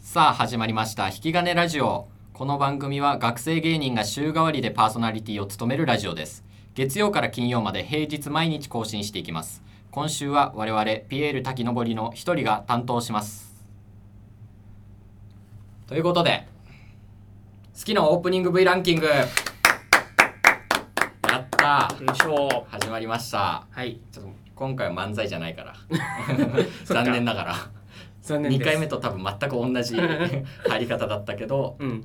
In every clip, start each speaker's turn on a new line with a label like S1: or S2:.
S1: さあ始まりました引き金ラジオこの番組は学生芸人が週替わりでパーソナリティを務めるラジオです月曜から金曜まで平日毎日更新していきます今週は我々ピエール滝のぼりの一人が担当しますということで好きなオープニング V ランキングやった
S2: よいしょ
S1: 始まりました
S2: はい
S1: ちょっと今回は漫才じゃないから
S2: そっか
S1: 残念ながら
S2: 残念
S1: 2
S2: です
S1: 回目と多分全く同 じ入り方だったけど
S2: うん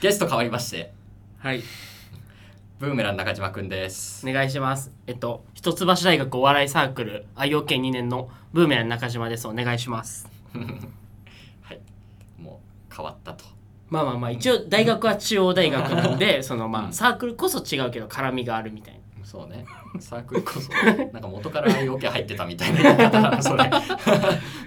S1: ゲスト変わりまして
S2: はい
S1: ブーメラン中島くんです
S2: お願いしますえっと一橋大学お笑いサークル愛用県2年のブーメラン中島ですお願いします
S1: はいもう変わったと
S2: まあまあまあ一応大学は中央大学なんで そのま
S1: うん
S2: あサークルこそ違うけど絡みがあるみたいな
S1: そうねサークルこそなんか元から要件入ってたみたいな言い方 だなそれ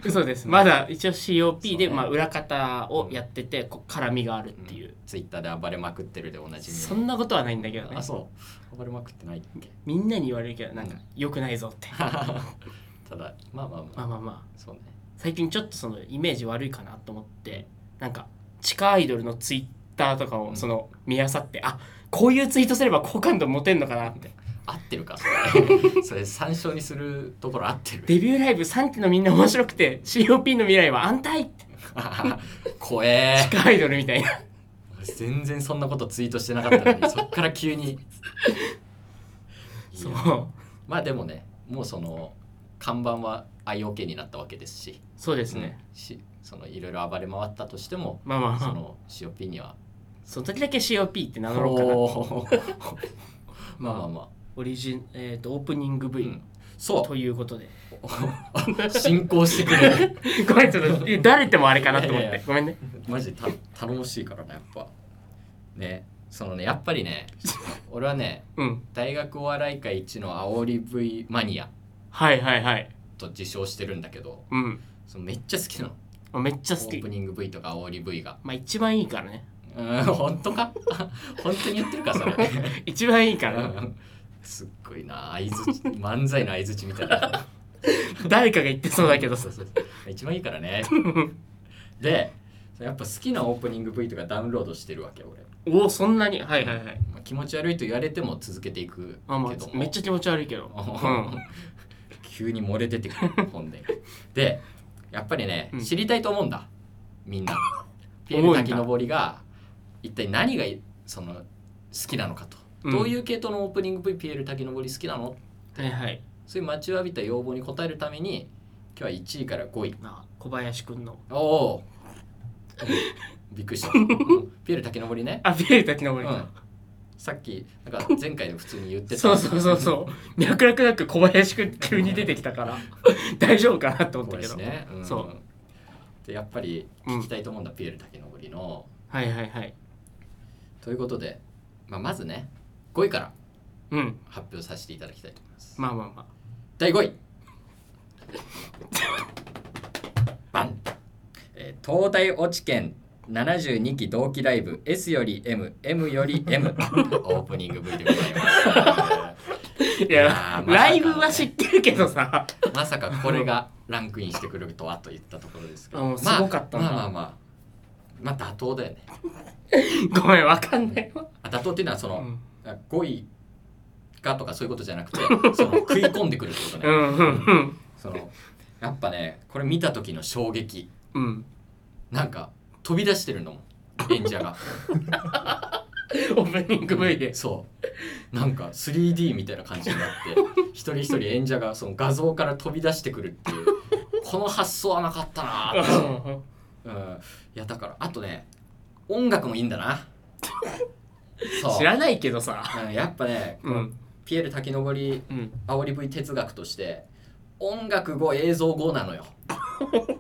S2: 嘘ですまだ一応 COP で、
S1: そうね
S2: まあ、裏方をやっててこう絡みがあるっていう、
S1: ツイッターで暴れまくってるでおなじみ
S2: そんなことはないんだけどね
S1: あそう暴れまくってないっけ
S2: みんなに言われるけどなんか良くないぞって
S1: ただまあまあまあ
S2: まあまあまあ
S1: そうね
S2: 最近ちょっとそのイメージ悪いかなと思ってなんか地下アイドルのツイッターとか
S1: う
S2: を
S1: ん
S2: その見あさってあこういうツイートすれば好感度持てんのかなって
S1: 合ってるかそ れそれ参照にするところ合ってる
S2: デビューライブ3期のみんな面白くて COP の未来は安泰って
S1: 怖え
S2: 地下アイドルみたいな
S1: 全然そんなことツイートしてなかったの にそっから急に
S2: そ
S1: いや
S2: う
S1: まあでもねもうその看板は IOK になったわけですし
S2: そうですね、
S1: しそのいろいろ暴れ回ったとしても
S2: まあまあ
S1: そ
S2: まあ
S1: の COP には
S2: その時だけ COP って名乗ろうかな
S1: おーまあまあまあ、
S2: オリジン、えー、とオープニング V、
S1: うんそ
S2: ということで
S1: う進行してくれる
S2: ごめんちょっと誰でもあれかなと思って
S1: いやいや
S2: ごめんね
S1: マジた頼もしいからねやっぱねそのねやっぱりね俺はね
S2: うん
S1: 大学お笑い界一の煽り V マニア
S2: はいはいはい
S1: と自称してるんだけど
S2: うん
S1: そのめっちゃ好きなの
S2: めっちゃ
S1: オ
S2: 好き
S1: ープニング V とか煽り V が
S2: まあ一番いいからね
S1: うーん本当か 本当に言ってるかそれ
S2: 一番いい か
S1: う
S2: ら
S1: んすっごいな相づち漫才の相づちみたい な
S2: 誰かが言ってそうだけどさ
S1: そうそうそう一番いいから ねでやっぱ好きなオープニング V とかダウンロードしてるわけ俺、
S2: おおそんなにはいはいはい
S1: まあ、気持ち悪いと言われても続けていく
S2: あま
S1: けど
S2: あ
S1: も
S2: めっちゃ気持ち悪いけど、うん、
S1: 急に漏れ出てくる本音がでやっぱりね、
S2: うん
S1: 知りたいと思うんだみん なピエー
S2: 思う
S1: ル
S2: んだ
S1: 滝のぼりが一体何がその好きなのかと、
S2: うん
S1: どういう系統のオープニング V ピエール滝のぼり好きなの
S2: はいはい
S1: そういう待ちわびた要望に応えるために今日は1位から5位
S2: まあ小林くんの
S1: おおー びっくり した、うんピエール滝のぼりね、
S2: あビール滝の
S1: う
S2: 森、
S1: ん、さっき なんか前回で普通に言ってた
S2: そうそうそうそう脈絡なく小林くん急に出てきたから大丈夫かなと思っ
S1: こ
S2: た
S1: れ
S2: け
S1: です
S2: ど、
S1: ね、うん
S2: そう
S1: でやっぱり
S2: うん
S1: 聞きたいと思うんだ、ピエール滝のぼりの
S2: はいはいはい
S1: ということで、まあ、まずね5位から
S2: うん
S1: 発表させていただきたいと思います、
S2: まあまあまあ
S1: 第5位バン、えー東大落ち券72期同期ライブ S より MM より M オープニング V でございま
S2: い
S1: やーまさか
S2: や
S1: のね
S2: ライブは知ってるけどさ
S1: すまさかこれがランクインしてくるとはといったところですけど
S2: あもうすごかったな
S1: まあ、まあまあまあまあ妥当だよね
S2: ごめんわかんないわ、
S1: あ妥当っていうのはそうの、
S2: ん、
S1: 5位がとかそういうことじゃなく てその食い込んでくるってことね、
S2: うんうんうん
S1: そのやっぱねこれ見た時の衝撃
S2: うん
S1: なんか飛び出してるのも演者が
S2: オープニング V で
S1: そうなんか 3D みたいな感じになって一人一人演者がその画像から飛び出してくるっていうこの発想はなかったなーって、うん、いやだからあとね音楽もいいんだな そう
S2: 知らないけどさ
S1: うんやっぱね
S2: うん
S1: ピエール滝登り
S2: うん
S1: 煽り V 哲学として音楽語映像語なの よ、うん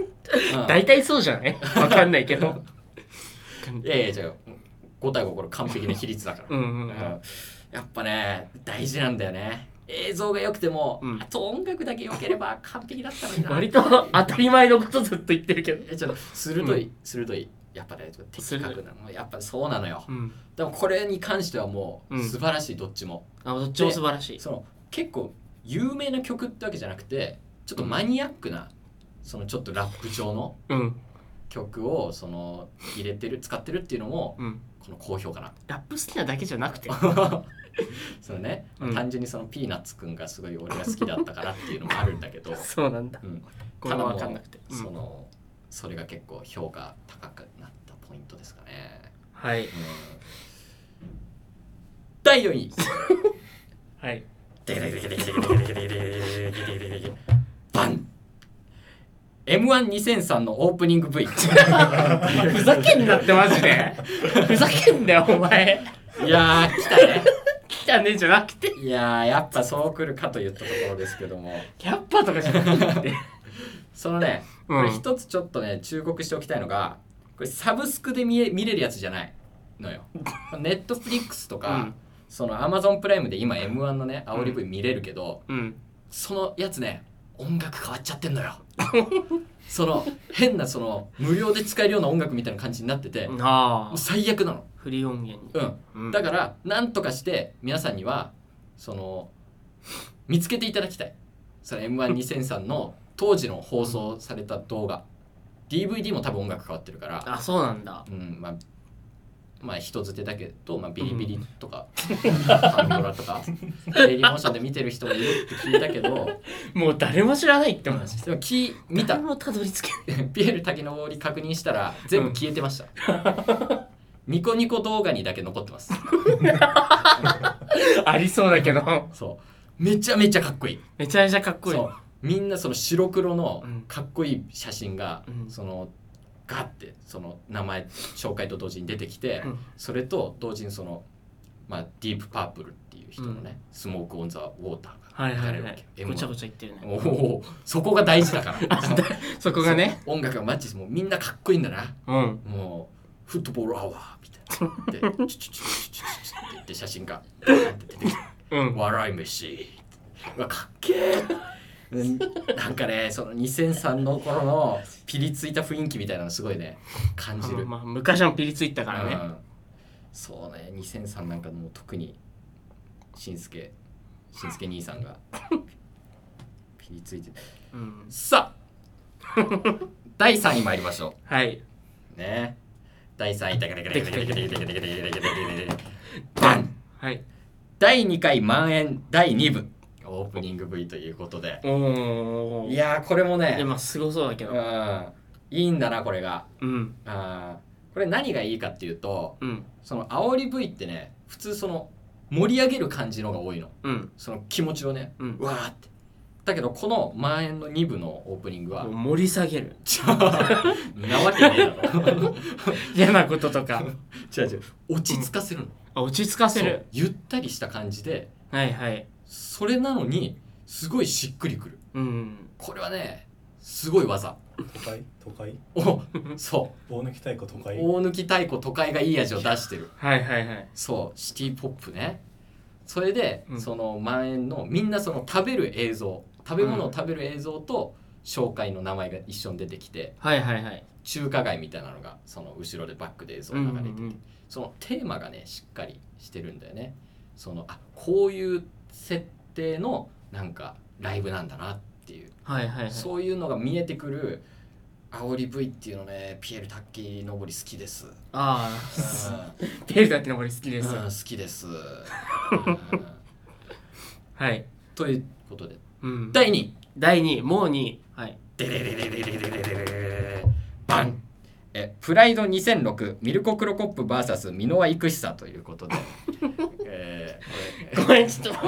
S2: 大体そうじゃないわかんないけ ど
S1: いやいやじゃあ5対5これ完璧な比率だから、
S2: うんうんう
S1: うん
S2: ん
S1: やっぱね大事なんだよね映像が良くても、
S2: うん
S1: あと音楽だけ良ければ完璧だったのにな
S2: 割と当たり前のことずっと言ってるけど
S1: えちょっと鋭い、
S2: う
S1: 鋭いやっぱね的確なのやっぱそうなのよ、
S2: うん
S1: でもこれに関してはもう
S2: うん
S1: 素晴らしい、どっちも
S2: あどっちも素晴らしい
S1: その結構有名な曲ってわけじゃなくてちょっとマニアックな、そのちょっとラップ調の
S2: うん
S1: 曲をその入れてる使ってるっていうのも
S2: うん、
S1: この高評価な
S2: ラップ好きなだけじゃなくて
S1: そのね、
S2: うん
S1: 単純にそのピーナッツくんがすごい俺が好きだったからっていうのもあるんだけど、
S2: そうなんだ
S1: うん、
S2: これは分かんなくて、
S1: そ
S2: うん
S1: のそれが結構評価高くなったポイントですかね、
S2: はい
S1: うん、第4位
S2: はい
S1: バン M12003 のオープニン グ V ふ
S2: ふざけんなってマジで ふざけんなよお前
S1: いやー来たね
S2: 来たねじゃなくて
S1: いやーやっぱそう来るかといったところですけども
S2: キャッパーとかじゃな くて
S1: そのね
S2: う
S1: これ一つちょっとね忠告しておきたいのがこれサブスクで見え見れるやつじゃないの よネットフリックスとか、
S2: うん
S1: そのアマゾンプライムで今 m 1のね煽り V 見れるけど、
S2: うん
S1: そのやつね音楽変わっちゃってんの よその変なその無料で使えるような音楽みたいな感じになってて、も
S2: ああ
S1: う最悪なの
S2: フリー音源に
S1: うん
S2: うん
S1: だからなんとかして皆さんにはその見つけていただきたいその m 1 2 0 0 3の当時の放送された動画 DVD も多分音楽変わってるから、
S2: あそうなんだ
S1: うんまあ、まあ人づてだけど、まあ、ビリビリとかハンドラとかデイリーモーションで見てる人もいるって聞いたけど
S2: もう誰も知らないって
S1: でも
S2: マジで
S1: 聞い見た
S2: 誰もたどり着けない
S1: ピエール滝の森確認したら全部消えてました、ニコニコ動画にだけ残ってます
S2: ありそうだけど
S1: そうめちゃめちゃかっこいい
S2: めちゃめちゃかっこいい
S1: そうみんなその白黒の
S2: うん
S1: かっこいい写真が、
S2: うん
S1: そのガッてその名前紹介と同時に出てきて、
S2: うん
S1: それと同時にその、まあ、ディープパープルっていう人のね、スモーク・オン・ザ・ウォーターが
S2: はいはいは
S1: 流
S2: い
S1: れる
S2: ご
S1: わ
S2: ち
S1: け M1
S2: ゃごちゃ言ってるね
S1: おおそこが大事だからそ
S2: そこがね
S1: 音楽がマッチしてもうみんなかっこいいんだな
S2: うん
S1: もうフットボールアワーみたいなでチュチュチュチュチュチュチュチュって言って写真がバーンって出てきて
S2: うん
S1: 笑い飯うわかっけえうんなんかねその2003の頃のピリついた雰囲気みたいなのすごいね感じる、
S2: まあ昔はピリついたから
S1: う
S2: ね
S1: んそうね2003なんかもう特にしんすけしんすけ兄さん がピリついて
S2: うん
S1: さあ第3位参りましょ
S2: はい。
S1: うね第3位
S2: はい。
S1: 第2回満延第2部オープニング V ということで
S2: おお
S1: いやーこれもね
S2: でもすごそうだけ
S1: う
S2: ど。
S1: んいいんだなこれが
S2: うん。
S1: あーこれ何がいいかっていうと
S2: うん。
S1: その煽り V ってね普通その盛り上げる感じのが多いの
S2: うん。
S1: その気持ちをね
S2: うん
S1: うわーってだけどこの「万円の2部」のオープニングは
S2: もう盛り下げる。
S1: ちょなわけねえだ ろ
S2: 嫌なこととか。
S1: 違う違う落ち着かせるの
S2: あ落ち着かせ
S1: そ
S2: る
S1: う。ゆったりした感じで
S2: はいはい。
S1: それなのにすごいしっくりくる
S2: うん。
S1: これはねすごい技
S3: 都会都会
S1: おそ
S3: 大貫太鼓都
S1: う
S3: 会
S1: 大貫太鼓都会がいい味を出してる
S2: はいはいはい。
S1: そうシティポップねそれで、
S2: うん
S1: その万円のみんなその食べる映像食べ物を食べる映像と紹介の名前が一緒に出てきて
S2: はいはいはい。
S1: 中華街みたいなのがその後ろでバックで映像
S2: う
S1: 流
S2: んう
S1: れて、
S2: ん
S1: そのテーマがねしっかりしてるんだよねそのあこういう設定のなんかライブなんだなって いう
S2: はいはいはい。
S1: そういうのが見えてくる煽り V っていうのねピエール・タッキーのぼり好き です、
S2: あ
S1: う
S2: あ。
S1: ん
S2: ペルだっての森好きです
S1: うん、。好き です、うん
S2: はい。
S1: ということで
S2: うん。
S1: 第2位
S2: 第二位もう二位。はい。
S1: デレレレレレレレレレレバンえプライド2006ミルコ・クロコップ VS 箕輪育久ということで、えーこ
S2: ごめんちょっと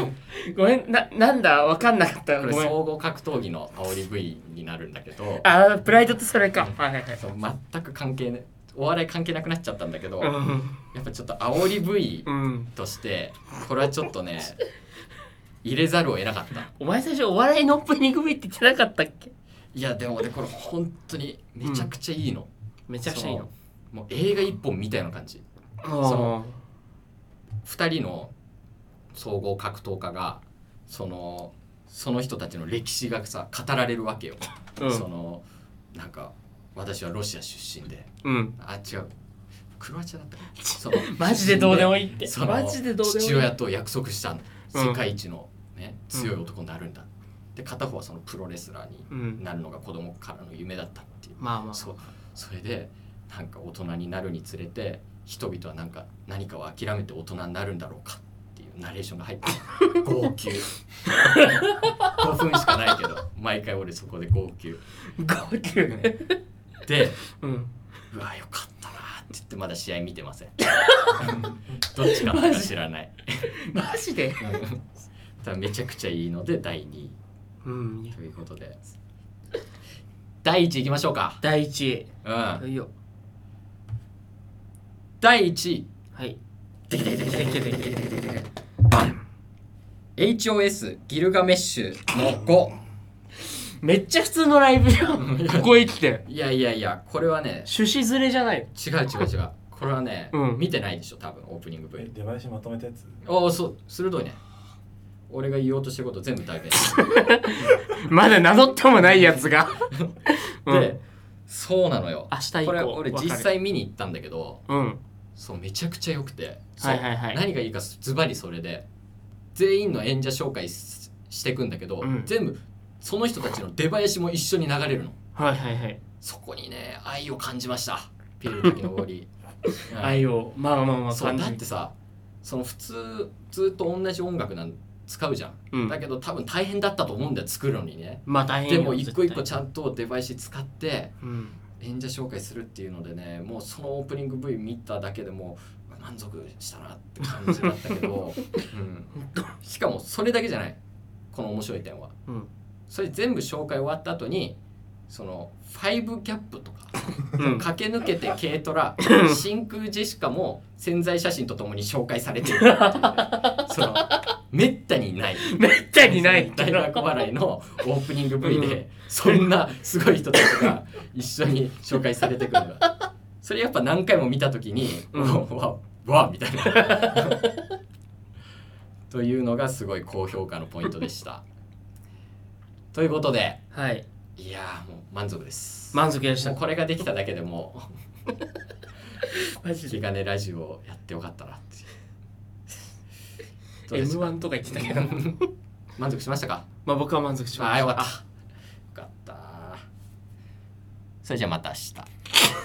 S2: ごめんななんだわかんなかった
S1: れこれ
S2: ごめん。
S1: 総合格闘技の煽り V になるんだけど
S2: ああプライドとそれか。はいはいはい。
S1: そう全く関係ねお笑い関係なくなっちゃったんだけど、やっぱちょっと煽り V
S2: うん。うん。
S1: としてこれはちょっとね入れざるを得なかった
S2: お前最初お笑いのオープニング V って言ってなかったっけ
S1: いやでもねこれ本当にめちゃくちゃいいの、
S2: めちゃくちゃいいの。
S1: そうもう映画一本みたいな感じ
S2: そ
S1: 2人の総合格闘家がそのその人たちの歴史がさ語られるわけよ、
S2: う
S1: そ
S2: ん
S1: のなんか私はロシア出身で
S2: うん
S1: あ違うクロアチアだったかなその
S2: マジでどうでも
S1: いい
S2: いいって
S1: その
S2: マジでどうでもいい
S1: 父親と約束した
S2: うん
S1: 世界一の、ね強い男になるんだ、で片方はそのプロレスラー
S2: う
S1: に
S2: ん
S1: なるのが子供からの夢だったっていう、
S2: まあまあ
S1: そうそれでなんか大人になるにつれて人々はなんか何かを諦めて大人になるんだろうかっていうナレーションが入って号泣5分しかないけど毎回俺そこで号泣
S2: 号泣ね
S1: で
S2: うん
S1: うわよかったなって言ってまだ試合見てませんどっちかったか知らない
S2: マジで
S1: うんただめちゃくちゃいいので第2位
S2: うん
S1: ということで第1位いきましょうか、
S2: 第一
S1: うん、
S2: 位いいよ
S1: 第1位
S2: はい
S1: でけでけでけでけでけでけでけでバン HOS ギルガメッシュの5
S2: めっちゃ普通のライブじゃんここへ来て
S1: いやいやいやこれはね
S2: 趣旨ずれじゃない
S1: 違う違う違うこれはね、
S2: うん
S1: 見てないでしょ多分オープニング
S3: え
S1: V
S3: 出囃子まとめたやつ
S1: おおそう鋭いね俺が言おうとしてること全部代弁して
S2: まだなぞってもないやつ がう
S1: で、
S2: ん
S1: そうなのよ
S2: 明日以降
S1: これ俺
S2: わかる
S1: 実際見に行ったんだけど
S2: うん
S1: そうめちゃくちゃ良くて、
S2: はいはいはい
S1: そう何がいいかズバリそれで全員の演者紹介ししていくんだけど、
S2: うん
S1: 全部その人たちの出囃子も一緒に流れるの
S2: はいはいはい
S1: そこにね愛を感じましたピエール滝の 森
S2: 愛をまあまあまあ
S1: そう
S2: 感
S1: だっ
S2: じ
S1: てさその普通ずっと同じ音楽なん使うじゃん、
S2: うん
S1: だけど多分大変だったと思うんだよ作るのにね
S2: まあ大変
S1: で
S2: よ
S1: も一個一個
S2: 絶
S1: ちゃんと出囃子使って
S2: 対うん
S1: 演者紹介するっていうのでねもうそのオープニング V 見ただけでもう満足したなって感じだったけ ど、うん、しかもそれだけじゃないこの面白い点は
S2: うん
S1: それ全部紹介終わった後にその5キャップとか
S2: うん
S1: 駆け抜けて軽トラ真空ジェシカも潜在写真とともに紹介され ているそのめったにない
S2: めったにないけ
S1: 大
S2: ど
S1: 学笑いのオープニング V で、そんなすごい人たちが一緒に紹介されてくるのがそれやっぱ何回も見た時に「
S2: うん
S1: もうわわみたいな。 というのがすごい高評価のポイントでした。ということで
S2: はい
S1: いやーもう満足です。
S2: 満足でし
S1: も
S2: た
S1: うこれができただけでも
S2: マ
S1: う
S2: ジ
S1: 気
S2: で
S1: 兼ねラジオをやってよかったなっていうどうですか
S2: M1 とか言ってたけど
S1: 満足しましたか
S2: まあ僕は満足しま
S1: あ
S2: し
S1: ーよ
S2: た
S1: かったよかったそれじゃあまた明日